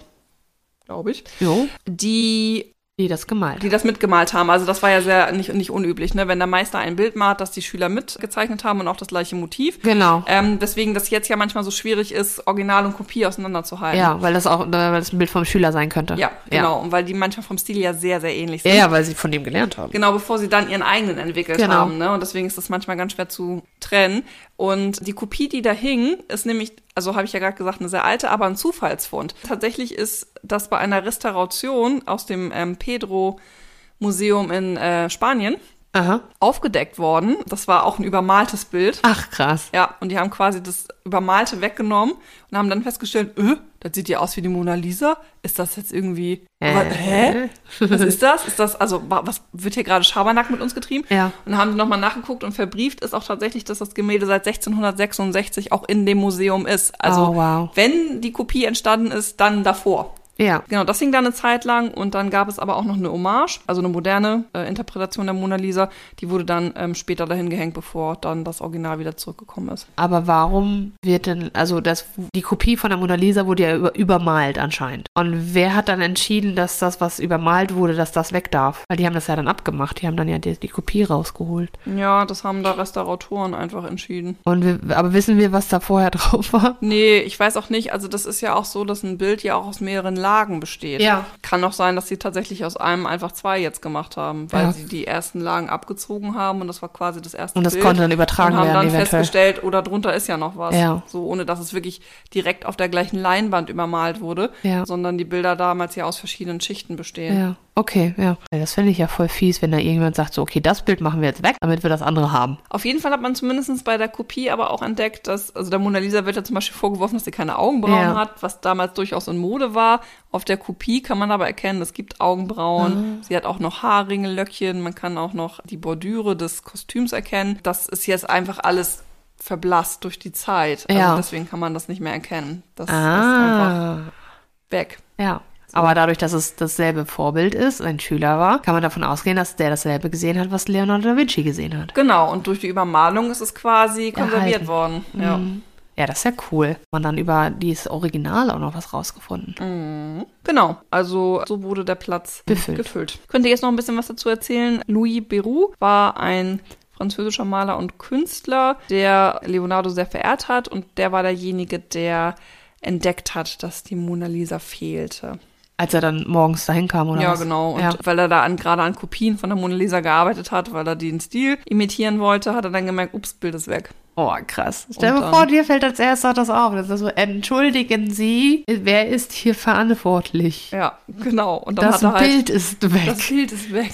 S1: glaube ich,
S2: Jo,
S1: die,
S2: die das gemalt.
S1: die das mitgemalt haben. Also das war ja sehr nicht, nicht unüblich, ne? wenn der Meister ein Bild malt, dass die Schüler mitgezeichnet haben und auch das gleiche Motiv.
S2: Genau.
S1: Ähm, weswegen das jetzt ja manchmal so schwierig ist, Original und Kopie auseinanderzuhalten.
S2: Ja, weil das auch äh, weil das ein Bild vom Schüler sein könnte.
S1: Ja, genau. Und weil die manchmal vom Stil ja sehr, sehr ähnlich
S2: Ja,
S1: sind.
S2: ja, weil sie von dem gelernt haben.
S1: Genau, bevor sie dann ihren eigenen entwickelt
S2: Genau.
S1: haben. Ne? Und deswegen ist das manchmal ganz schwer zu trennen. Und die Kopie, die da hing, ist nämlich, also habe ich ja gerade gesagt, eine sehr alte, aber ein Zufallsfund. Tatsächlich ist das bei einer Restauration aus dem ähm, Pedro Museum in äh, Spanien
S2: Aha.
S1: aufgedeckt worden. Das war auch ein übermaltes Bild.
S2: Ach, krass.
S1: Ja, und die haben quasi das Übermalte weggenommen und haben dann festgestellt, öh, das sieht ja aus wie die Mona Lisa. Ist das jetzt irgendwie. Wa-
S2: Äh.
S1: Hä? Was ist das? Ist das, also, wa- was wird hier gerade Schabernack mit uns getrieben?
S2: Ja.
S1: Und haben die nochmal nachgeguckt und verbrieft ist auch tatsächlich, dass das Gemälde seit 1666 auch in dem Museum ist. Also,
S2: Oh, wow.
S1: wenn die Kopie entstanden ist, dann davor.
S2: Ja.
S1: Genau, das hing dann eine Zeit lang und dann gab es aber auch noch eine Hommage, also eine moderne äh, Interpretation der Mona Lisa. Die wurde dann ähm, später dahin gehängt, bevor dann das Original wieder zurückgekommen ist.
S2: Aber warum wird denn, also das, die Kopie von der Mona Lisa wurde ja über, übermalt anscheinend. Und wer hat dann entschieden, dass das, was übermalt wurde, dass das weg darf? Weil die haben das ja dann abgemacht. Die haben dann ja die, die Kopie rausgeholt.
S1: Ja, das haben da Restauratoren einfach entschieden.
S2: Und wir, aber wissen wir, was da vorher drauf war?
S1: Nee, ich weiß auch nicht. Also das ist ja auch so, dass ein Bild ja auch aus mehreren Lagen besteht.
S2: Ja.
S1: Kann auch sein, dass sie tatsächlich aus einem einfach zwei jetzt gemacht haben, weil
S2: Ja.
S1: sie die ersten Lagen abgezogen haben und das war quasi das erste
S2: Und das
S1: Bild.
S2: konnte dann übertragen
S1: und haben
S2: werden,
S1: dann
S2: eventuell.
S1: festgestellt, oder drunter ist ja noch was.
S2: Ja.
S1: So, ohne dass es wirklich direkt auf der gleichen Leinwand übermalt wurde,
S2: Ja.
S1: sondern die Bilder damals ja aus verschiedenen Schichten bestehen.
S2: Ja, okay, ja. Das finde ich ja voll fies, wenn da irgendjemand sagt, so, okay, das Bild machen wir jetzt weg, damit wir das andere haben.
S1: Auf jeden Fall hat man zumindest bei der Kopie aber auch entdeckt, dass, also der Mona Lisa wird ja zum Beispiel vorgeworfen, dass sie keine Augenbrauen
S2: Ja.
S1: hat, was damals durchaus in Mode war. Auf der Kopie kann man aber erkennen, es gibt Augenbrauen,
S2: Ah.
S1: sie hat auch noch Haarringe, Löckchen, man kann auch noch die Bordüre des Kostüms erkennen. Das ist jetzt einfach alles verblasst durch die Zeit.
S2: Ja.
S1: Also deswegen kann man das nicht mehr erkennen. Das ist einfach
S2: Ah,
S1: weg.
S2: ja. Aber dadurch, dass es dasselbe Vorbild ist, ein Schüler war, kann man davon ausgehen, dass der dasselbe gesehen hat, was Leonardo da Vinci gesehen hat.
S1: Genau, und durch die Übermalung ist es quasi konserviert
S2: Erhalten. Mhm.
S1: worden. Ja.
S2: Ja, das ist ja cool. Man dann über dieses Original auch noch was rausgefunden.
S1: Genau, also so wurde der Platz
S2: Gefüllt.
S1: gefüllt. Ich könnte jetzt noch ein bisschen was dazu erzählen. Louis Beru war ein französischer Maler und Künstler, der Leonardo sehr verehrt hat und der war derjenige, der entdeckt hat, dass die Mona Lisa fehlte.
S2: Als er dann morgens dahin kam, oder
S1: ja,
S2: was?
S1: genau. Und
S2: ja.
S1: weil er da an, gerade an Kopien von der Mona Lisa gearbeitet hat, weil er den Stil imitieren wollte, hat er dann gemerkt, ups, Bild ist weg.
S2: Oh, krass. Stell
S1: Und
S2: dir
S1: dann-
S2: vor, dir fällt als erstes das auf. Das ist so, entschuldigen Sie, wer ist hier verantwortlich?
S1: Ja, genau. Und dann hat
S2: Das
S1: er halt
S2: Bild ist weg.
S1: Das Bild ist weg.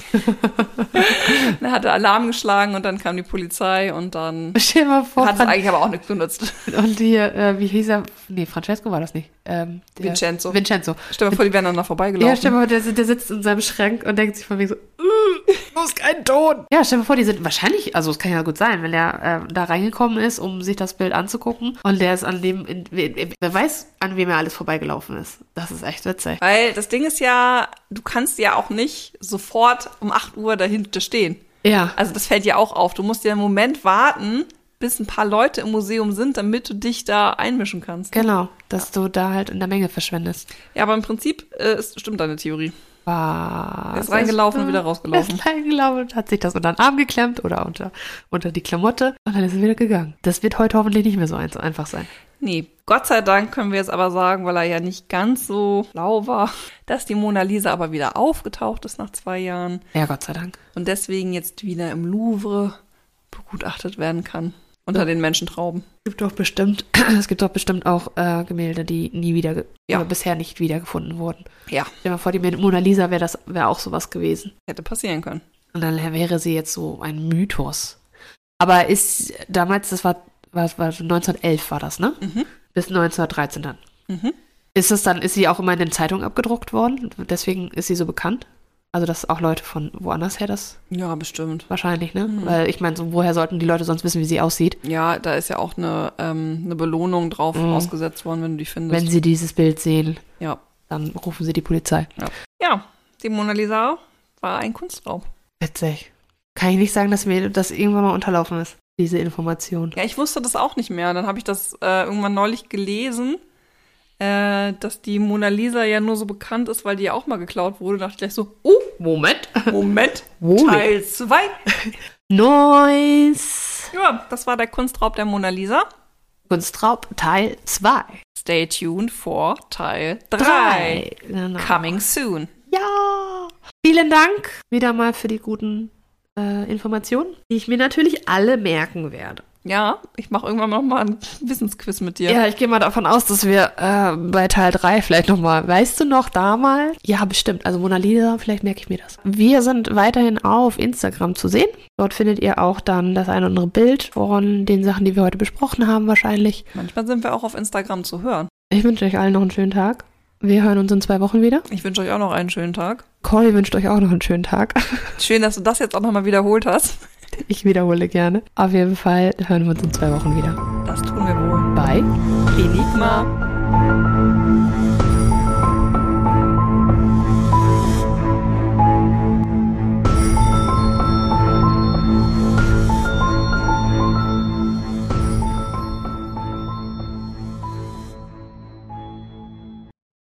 S1: dann hat er Alarm geschlagen und dann kam die Polizei und dann
S2: Stell dir mal vor,
S1: hat es
S2: Fran
S1: eigentlich aber auch nichts genutzt.
S2: und hier, äh, wie hieß er? Nee, Francesco war das nicht. Ähm, der-
S1: Vincenzo.
S2: Vincenzo.
S1: Stell dir mal vor, die wären dann da vorbeigelaufen.
S2: Ja, stell dir mal vor, der, der sitzt in seinem Schrank und denkt sich von wegen so, "Äh, bloß kein Ton. Ja, stell dir mal vor, die sind wahrscheinlich, also es kann ja gut sein, wenn der äh, da reingekommen ist, um sich das Bild anzugucken und der ist an dem, in, in, wer weiß, an wem er alles vorbeigelaufen ist. Das ist echt witzig.
S1: Weil das Ding ist ja, du kannst ja auch nicht sofort um 8 Uhr dahinter stehen.
S2: Ja,
S1: Also das fällt dir auch auf. Du musst ja einen Moment warten, bis ein paar Leute im Museum sind, damit du dich da einmischen kannst.
S2: genau, dass du da halt in der Menge verschwendest.
S1: Ja, aber im Prinzip äh, ist, stimmt deine Theorie.
S2: Was?
S1: Er ist reingelaufen und wieder
S2: Er
S1: rausgelaufen.
S2: ist reingelaufen und hat sich das unter den Arm geklemmt oder unter, unter die Klamotte und dann ist er wieder gegangen. Das wird heute hoffentlich nicht mehr so ein- einfach sein.
S1: Nee, Gott sei Dank können wir jetzt aber sagen, weil er ja nicht ganz so blau war, dass die Mona Lisa aber wieder aufgetaucht ist nach zwei Jahren
S2: Ja, Gott sei Dank.
S1: und deswegen jetzt wieder im Louvre begutachtet werden kann. Unter den Menschentrauben.
S2: Es gibt doch bestimmt, es gibt doch bestimmt auch äh, Gemälde, die nie wieder ge-
S1: Ja.
S2: oder bisher nicht wiedergefunden wurden.
S1: Ja,
S2: Stell dir mal vor, die Mona Lisa wäre das wäre auch sowas gewesen.
S1: hätte passieren können.
S2: Und dann wäre sie jetzt so ein Mythos. Aber ist damals, das war, war, war 1911 war das, ne?
S1: Mhm.
S2: Bis 1913 dann.
S1: Mhm.
S2: Ist das dann, ist sie auch immer in den Zeitungen abgedruckt worden? Deswegen ist sie so bekannt? Also, dass auch Leute von woanders her das
S1: Ja, bestimmt.
S2: wahrscheinlich, ne?
S1: Mhm.
S2: Weil ich meine, so, woher sollten die Leute sonst wissen, wie sie aussieht,
S1: Ja, da ist ja auch eine, ähm, eine Belohnung drauf ausgesetzt worden, Mhm. wenn du die findest.
S2: wenn sie dieses Bild sehen?
S1: ja.
S2: Dann rufen sie die Polizei.
S1: ja, die Mona Lisa war ein Kunstraub.
S2: Witzig. Kann ich nicht sagen, dass mir das irgendwann mal unterlaufen ist, diese Information.
S1: Ja, ich wusste das auch nicht mehr. Dann habe ich das äh, irgendwann neulich gelesen, äh, dass die Mona Lisa ja nur so bekannt ist, weil die ja auch mal geklaut wurde. Da dachte ich gleich so, oh,
S2: Moment.
S1: Moment,
S2: Moment.
S1: Teil 2.
S2: Neues
S1: Ja, das war der Kunstraub der Mona Lisa.
S2: Kunstraub Teil 2.
S1: Stay tuned for Teil 3.
S2: Genau.
S1: Coming soon.
S2: Ja. Vielen Dank wieder mal für die guten äh, Informationen, die ich mir natürlich alle merken werde.
S1: Ja, ich mache irgendwann noch mal ein Wissensquiz mit dir.
S2: Ja, ich gehe mal davon aus, dass wir äh, bei Teil 3 vielleicht nochmal, weißt du noch damals? Ja, bestimmt. Also Mona Lisa, vielleicht merke ich mir das. Wir sind weiterhin auf Instagram zu sehen. Dort findet ihr auch dann das ein oder andere Bild von den Sachen, die wir heute besprochen haben wahrscheinlich.
S1: Manchmal sind wir auch auf Instagram zu hören.
S2: Ich wünsche euch allen noch einen schönen Tag. Wir hören uns in zwei Wochen wieder.
S1: Ich wünsche euch auch noch einen schönen Tag.
S2: Corey wünscht euch auch noch einen schönen Tag.
S1: Schön, dass du das jetzt auch noch mal wiederholt hast.
S2: Ich wiederhole gerne. Auf jeden Fall hören wir uns in zwei Wochen wieder.
S1: Das tun wir wohl.
S2: Bye.
S1: Enigma.